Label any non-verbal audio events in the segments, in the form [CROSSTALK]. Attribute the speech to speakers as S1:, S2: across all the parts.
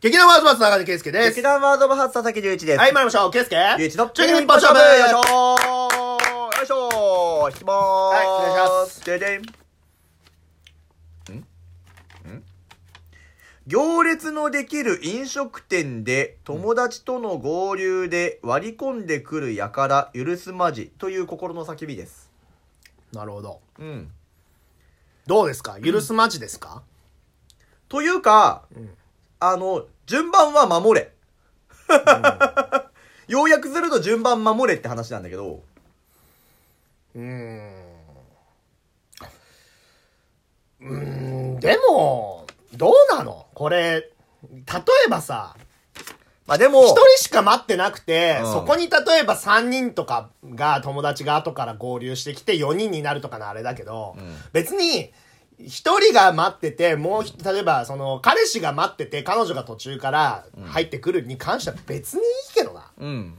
S1: 劇団ワードバーツ中根圭介で
S2: 劇
S1: す。
S2: 団ワードバハツ佐々木隆一です。
S1: はい、参りましょう。圭介。
S2: 隆一の
S1: 中堅一本勝負
S2: よいしょーよいしょー引きまーす。
S1: はいお願いします
S2: ででん。ん行列のできる飲食店で友達との合流で割り込んでくるやから許すまじという心の叫びです。
S1: なるほど。
S2: うん。
S1: どうですか許すまじですか、
S2: というか、あの、順番は守れ。 [LAUGHS] 要約すると順番守れって話なんだけど、
S1: うーん。うーん、でも、どうなのこれ、例えばさ、
S2: まあでも、
S1: 一人しか待ってなくて、
S2: うん
S1: そこに例えば3人とかが友達が後から合流してきて4人になるとかのあれだけど、
S2: ん
S1: 別に、一人が待ってて、もうひ、例えば、その、彼氏が待ってて、彼女が途中から入ってくるに関しては別にいいけどな。
S2: うん。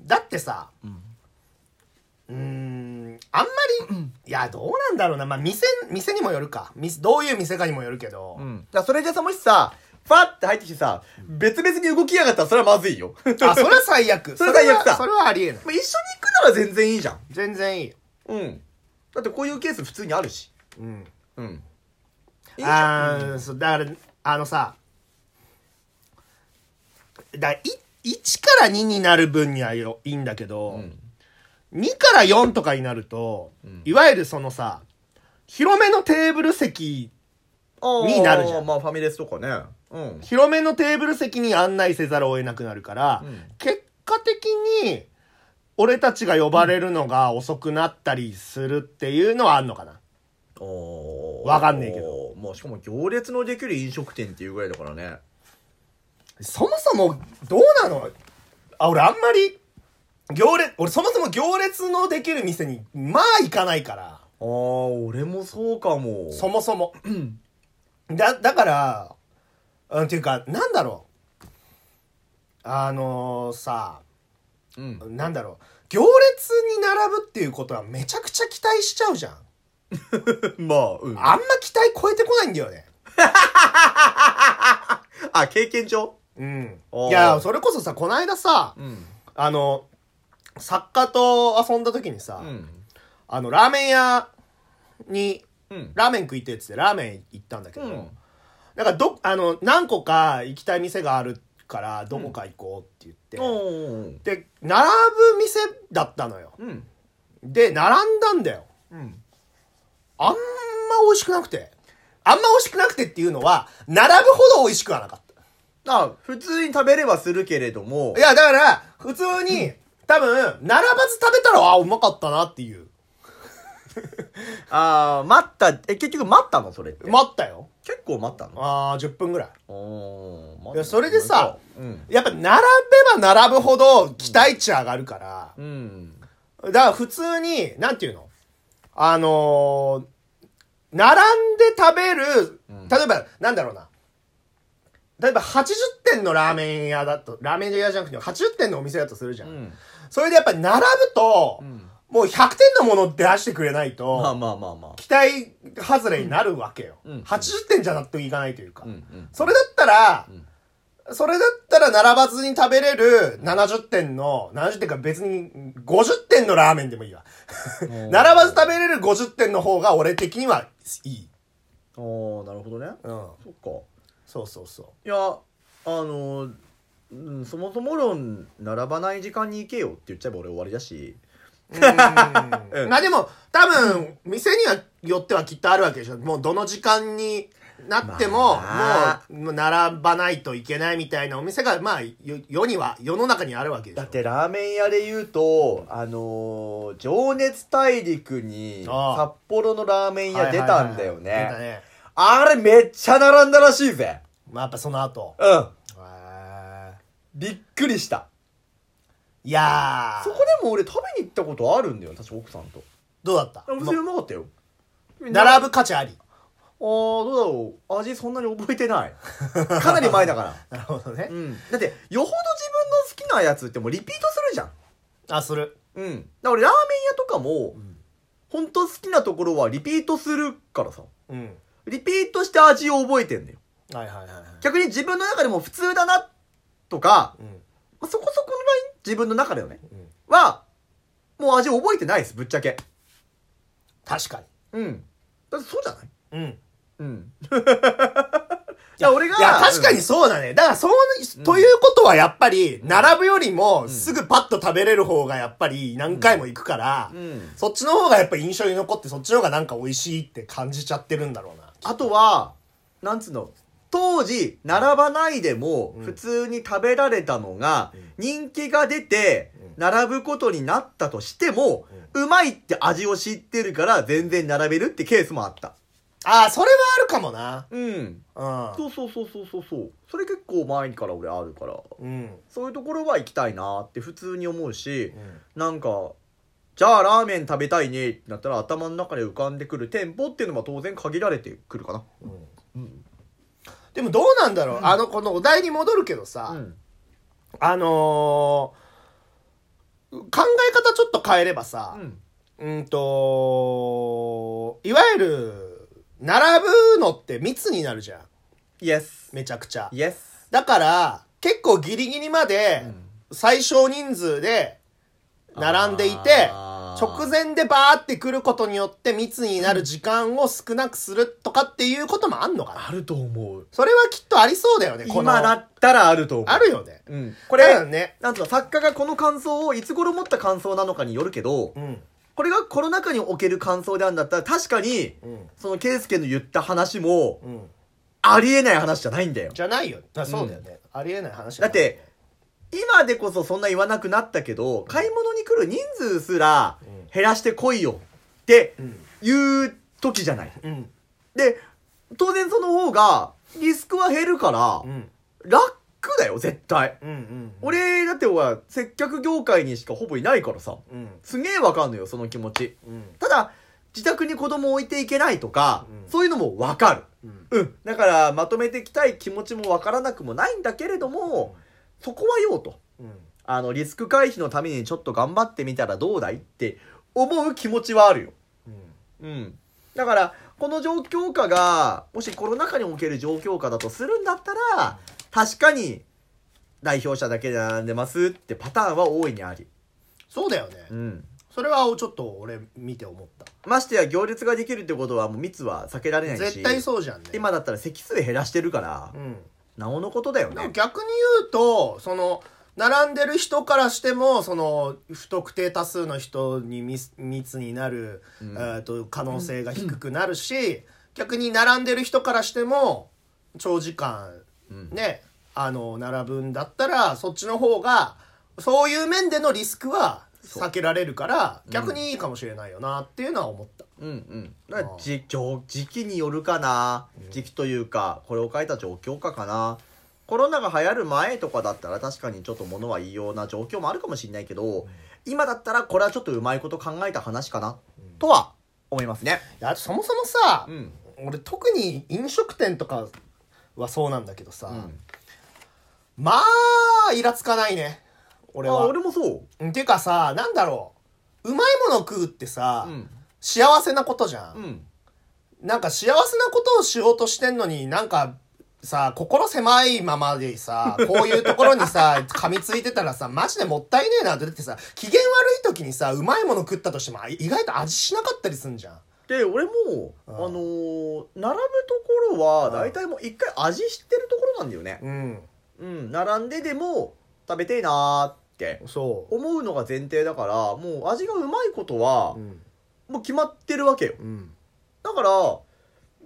S1: だってさ、うーん、あんまり、いや、どうなんだろうな。まあ、店、店にもよるか。店どういう店かにもよるけど、
S2: うん。だからそれじゃさ、もしさ、ファって入ってきてさ、別々に動きやがったらそれはまずい [LAUGHS] よ。ま
S1: あ、それは最悪。
S2: [LAUGHS] それは最悪か
S1: それはそれはありえない。
S2: あ一緒に行くなら全然いいじゃん。
S1: 全然いいよ。
S2: うん。だってこういうケース普通にあるし。
S1: うん。
S2: うん。いいじゃん。
S1: あーそうだからあのさだい1から2になる分にはよいいんだけど、
S2: ん
S1: 2から4とかになると、いわゆるそのさ広めのテーブル席
S2: あー
S1: になるじゃん
S2: まあファミレスとかね。うん。
S1: 広めのテーブル席に案内せざるを得なくなるから、
S2: うん
S1: 結果的に俺たちが呼ばれるのが遅くなったりするっていうのはあんのかな、
S2: おー
S1: わかんねえけど。
S2: まあしかも行列のできる飲食店っていうぐらいだからね。
S1: そもそも、どうなのあ、俺あんまり、行列、俺そもそも行列のできる店に、まあ行かないから、
S2: ああ、俺もそうかも。
S1: そもそも。だ、だから、うん、っていうか、なんだろう。あのーさ、
S2: うん。
S1: なんだろう。行列に並ぶっていうことはめちゃくちゃ期待しちゃうじゃん。
S2: [LAUGHS] まあ、うん。
S1: あんま期待超えてこないんだよね。
S2: あ、経験上
S1: うん。
S2: おー
S1: いや、それこそさ、こないださ、
S2: うん。
S1: あの、作家と遊んだ時にさ、
S2: うん。
S1: あの、ラーメン屋に、
S2: うん。
S1: ラーメン食いてえっつってラーメン行ったんだけど、
S2: うん
S1: なんかど、あの、何個か行きたい店があるから、どこか行こうって言って、
S2: おー
S1: で、並ぶ店だったのよ。
S2: うん。
S1: で、並んだんだよ。
S2: うん。
S1: あんま美味しくなくて。あんま美味しくなくてっていうのは、並ぶほど美味しくはなかっ
S2: あ、普通に食べればするけれども
S1: た。い、や、だから、普通に、多分、並ばず食べたら、あ、うまかったなっていう。
S2: ああ、待った、え、結局待ったのそれって。
S1: 待ったよ。
S2: 結構待ったの
S1: あー、10分ぐらい。
S2: おー待った
S1: いやそれでさ
S2: うん。
S1: やっぱ並べば並ぶほど期待値上がるから、
S2: うん。
S1: だから普通に、なんていうのあのー並んで食べる、例えば、なんだろうな。例えば80点のラーメン屋だと、ラーメン屋じゃなくて80点のお店だとするじゃん。
S2: うん。
S1: それでやっぱ並ぶと、
S2: ん
S1: もう100点のもの出してくれないと、
S2: まあまあまあまあ。
S1: 期待外れになるわけよ。
S2: うん
S1: 80点じゃなくていかないというか。
S2: うん [LAUGHS] うん。
S1: それだったら、それだったら並ばずに食べれる70点の、70点か別に50点のラーメンでもいいわ。並ばず食べれる50点の方が俺的にはいい。
S2: おーなるほどね。
S1: うん。
S2: そっか。
S1: そうそうそ
S2: いや、あのー、うん、そもそも論、並ばない時間に行けよって言っちゃえば俺終わりだし。
S1: う。
S2: [LAUGHS]
S1: うん
S2: うん
S1: まあでも、多分、店にはよってはきっとあるわけでしょ。もうどの時間になっても、
S2: まあ
S1: もうもう並ばないといけないみたいなお店が、まあ、よ世には、世の中にあるわけでしょ。
S2: だっ、てラーメン屋で言うと、あのー情熱大陸に
S1: あ
S2: 札幌のラーメン屋出たんだよ
S1: 出た
S2: ね。
S1: ね。
S2: あれめっちゃ並んだらしいぜ。
S1: まあやっぱその後。
S2: うん。
S1: へー
S2: びっくりした。
S1: いやー。
S2: そこでも俺食べに行ったことあるんだよ、確か奥さんと。
S1: どうだった
S2: あ普通にうまかったよ。
S1: ま並ぶ価値あり。
S2: あーどうだろう。味そんなに覚えて [LAUGHS] ない。かなり前だか
S1: な
S2: ら。
S1: るほどね。
S2: うん。だって、よほど自分の好きなやつってもうリピートするじゃん。
S1: あ、する。
S2: うん。だから俺ラーメン屋とかも、本当好きなところはリピートするからさ。
S1: うん。
S2: リピートして味を覚えてんだよ。
S1: はいはいはいはい。
S2: 逆に自分の中でも普通だなとか、
S1: うん。
S2: まあ、そこそこのライン自分の中ではね
S1: うん。
S2: はもう味覚えてないですぶっちゃけ
S1: 確か
S2: うんだってそうじゃない
S1: に。うん。
S2: うん。いや、俺が。
S1: いや、確かにそうだね。だから、その、ということはやっぱり、並ぶよりも、すぐパッと食べれる方がやっぱり何回も行くから、
S2: うん。うん
S1: そっちの方がやっぱ印象に残って、そっちの方がなんか美味しいって感じちゃってるんだろうな。
S2: あとは、なんつうの、当時、並ばないでも
S1: うん、
S2: 普通に食べられたのが
S1: うん、
S2: 人気が出て、並ぶことになったとしても、うまいって味を知ってるから、全然並べるってケースもあった。
S1: ああ、それはあるかもな。
S2: うん。
S1: う
S2: そうそうそうそうそうそう。それ結構前から俺あるから、
S1: ん。うん。
S2: そういうところは行きたいなって普通に思うし、
S1: うん
S2: なんか、じゃあラーメン食べたいねってなったら頭の中で浮かんでくる店舗っていうのは当然限られてくるかな。うん。
S1: でもどうなんだろう、あの、このお題に戻るけどさ、
S2: うん。
S1: あのー考え方ちょっと変えればさ、うんと、いわゆる、並ぶのって密になるじゃん。
S2: イエス。
S1: めちゃくちゃ。
S2: イエス。
S1: だから、結構ギリギリまで、最小人数で、並んでいて、
S2: あー
S1: 直前でバーって来ることによって密になる時間を少なくするとかっていうこともあんのかな。
S2: あると思う。
S1: それはきっとありそうだよね、この。
S2: 今だったらあると思う。
S1: あるよね。
S2: うん。こ
S1: これ、
S2: れ、
S1: ね。
S2: なんつうの、作家がこの感想をいつ頃持った感想なのかによるけど
S1: う、ん。
S2: これがコロナ禍における感想であるんだったら、確かに、
S1: うん。
S2: そのケイスケの言った話も、
S1: うん。
S2: ありえない話じゃないんだよ。
S1: じゃないよ。だそうだよね、ありえない話
S2: だって、今でこそそんな言わなくなったけど、買い物に来る人数すら
S1: うん
S2: 減らしてこいよって
S1: うん。
S2: 言う時じゃない。
S1: うん。
S2: で、当然その方がリスクは減るから
S1: う、ん。
S2: 楽だよ、絶対。
S1: うん。うん。
S2: 俺、だってほら、接客業界にしかほぼいないからさ、
S1: うん。
S2: すげえわかんのよ、その気持ち。
S1: うん。
S2: ただ、自宅に子供置いていけないとか、
S1: うん
S2: そういうのもわかる。
S1: うん。
S2: うん。だから、まとめていきたい気持ちもわからなくもないんだけれども、そこはようと。
S1: うん。
S2: あの、リスク回避のためにちょっと頑張ってみたらどうだいって思う気持ちはあるよ。
S1: うん。
S2: うん。だから、この状況下が、もしコロナ禍における状況下だとするんだったら、確かに、代表者だけで並んでますってパターンは大いにあり。
S1: そうだよね。
S2: うん。
S1: それはちょっと俺見て思った。
S2: ましてや行列ができるってことはもう密は避けられないし。
S1: 絶対そうじゃんね。
S2: 今だったら席数減らしてるから
S1: う、ん。
S2: なおのことだよ
S1: でも
S2: ね。
S1: 逆に言うと、その、並んでる人からしても、その、不特定多数の人に密密になる、
S2: うん
S1: えーと、可能性が低くなるし、逆に並んでる人からしても、長時間、
S2: うん
S1: ね、あの、並ぶんだったら、そっちの方が、そういう面でのリスクは避けられるから、逆にいいかもしれないよな、っていうのは思った。
S2: うんうん。だから
S1: あー
S2: じ状時期によるかな。時期というか、これを書いた状況下かな。コロナが流行る前とかだったら確かにちょっと物は言いような状況もあるかもしれないけど、今だったらこれはちょっとうまいこと考えた話かな、とは思いますね。
S1: いやあとそもそもさ、
S2: うん。
S1: 俺特に飲食店とかはそうなんだけどさ、
S2: うん
S1: まあイラつかないね俺
S2: あ、
S1: は
S2: 俺もそう。
S1: うんてかさなんだろううまいもの食うってさ、
S2: うん。
S1: 幸せなことじゃん、
S2: うん。
S1: なんか幸せなことをしようとしてんのになんかさ心狭いままでさこういうところに [LAUGHS] さ噛みついてたらさマジでもったいねえなってだってさ機嫌悪い時にさうまいもの食ったとしてもあ意外と味しなかったりすんじゃん
S2: で、俺も、あ
S1: あー
S2: のー並ぶところは、大体もう一回味知ってるところなんだよね。
S1: うん
S2: うん。並んででも、食べてえなーって。
S1: そう
S2: 思うのが前提だからもう味がうまいことは
S1: うん
S2: もう決まってるわけよ
S1: うん
S2: だから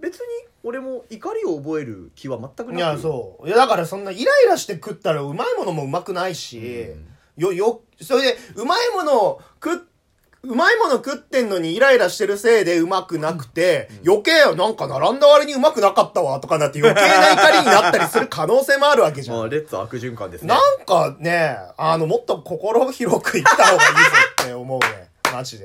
S2: 別に俺も怒りを覚える気は全く
S1: い
S2: な
S1: や
S2: く
S1: そういやだからそんなイライラして食ったらうまいものもうまくないし、よよそれでうまいものを食っうまいもの食ってんのにイライラしてるせいでうまくなくて、余計なんか並んだ割にうまくなかったわとかなって余計な怒りになったりする可能性もあるわけじゃん。
S2: まあレッツ悪循環ですね
S1: なんかね、あの、もっと心広く行った方がいいぞって思う [LAUGHS] ね。マジで。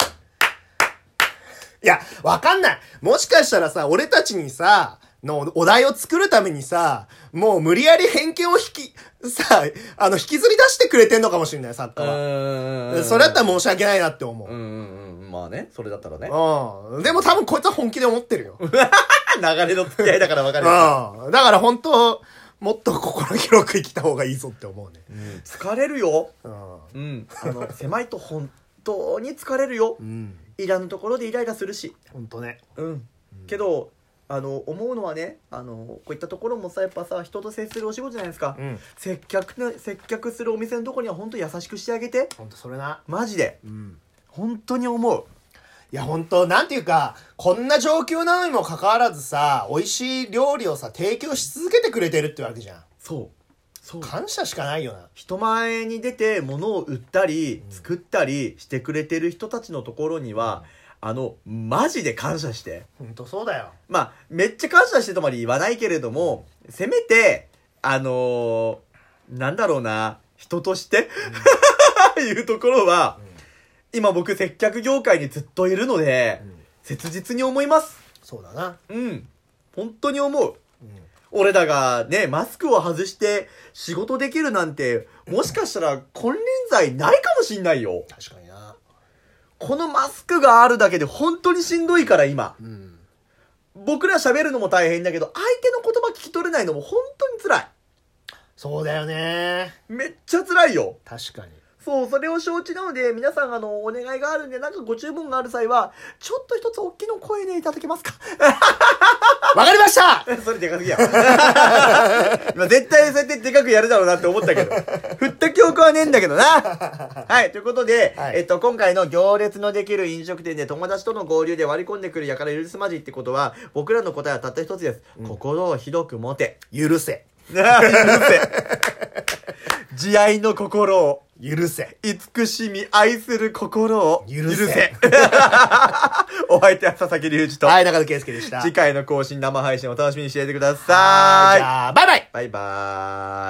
S1: いや、わかんない。もしかしたらさ、俺たちにさ、のお題を作るためにさ、もう無理やり偏見を引き、さ、あの、引きずり出してくれてんのかもしれない、作家は。それだったら申し訳ないなって思う。
S2: うんうんうんまあねそれだったら
S1: [LAUGHS]
S2: ね
S1: うん。でも多分こいつは本気で思ってるよ。
S2: 流れの付き合いだから分かるよ、
S1: うん。だから本当、もっと心広く生きた方がいいぞって思うね。
S2: うん疲れるよ
S1: うん。
S2: うんあの狭いと本当に疲れるよ
S1: うん。
S2: いらぬところでイライラするし
S1: 本当ね。
S2: うんけどあの思うのはねあのこういったところもさやっぱさ人と接するお仕事じゃないですか、
S1: うん。
S2: 接客な接客するお店のとこには本当優しくしてあげて
S1: 本当それな。
S2: マジで
S1: うん。
S2: 本当に思う
S1: いや本当なんていうか、こんな状況なのにもかかわらずさ、美味しい料理をさ、提供し続けてくれてるってわけじゃん。
S2: そうそう
S1: 感謝しかないよな。
S2: 人前に出て物を売ったり作ったりしてくれてる人たちのところには、あのマジで感謝して
S1: 本当そうだよ。
S2: まあめっちゃ感謝してとまで言わないけれどもせめてあのーなんだろうな人として [LAUGHS] いうところは、今僕接客業界にずっといるので、
S1: うん
S2: 切実に思います
S1: そうだな。
S2: うん本当に思う
S1: うん。
S2: 俺らがね、マスクを外して仕事できるなんて、もしかしたら金輪際ないかもしんないよ。
S1: 確かにな。
S2: このマスクがあるだけで本当にしんどいから今。
S1: うん。
S2: 僕ら喋るのも大変だけど、相手の言葉聞き取れないのも本当に辛い。
S1: そうだよね。
S2: めっちゃ辛いよ。
S1: 確かに。
S2: そう、それを承知なので、皆さんあの、お願いがあるんで、なんかご注文がある際は、ちょっと一つ大きな声でいただけますか
S1: わかりました
S2: [LAUGHS] それでかすぎや。今絶対そうやってでかくやるだろうなって思ったけど。振った記憶はねえんだけ
S1: [LAUGHS]
S2: どな。はい、ということで、
S1: はい
S2: えっと、今回の行列のできる飲食店で友達との合流で割り込んでくるやから許すまじってことは、僕らの答えはたった一つです。心を広く持て。
S1: 許せ。
S2: な [LAUGHS] あ許せ。慈愛の心を。
S1: 許せ。
S2: 慈しみ愛する心を
S1: 許せ
S2: お相手は佐々木隆二
S1: [LAUGHS]
S2: と、
S1: はい、中田圭介でした。
S2: 次回の更新生配信を楽しみにしていてくだ
S1: はーいじ
S2: さい
S1: ゃあ、バイバイ
S2: バイバーイ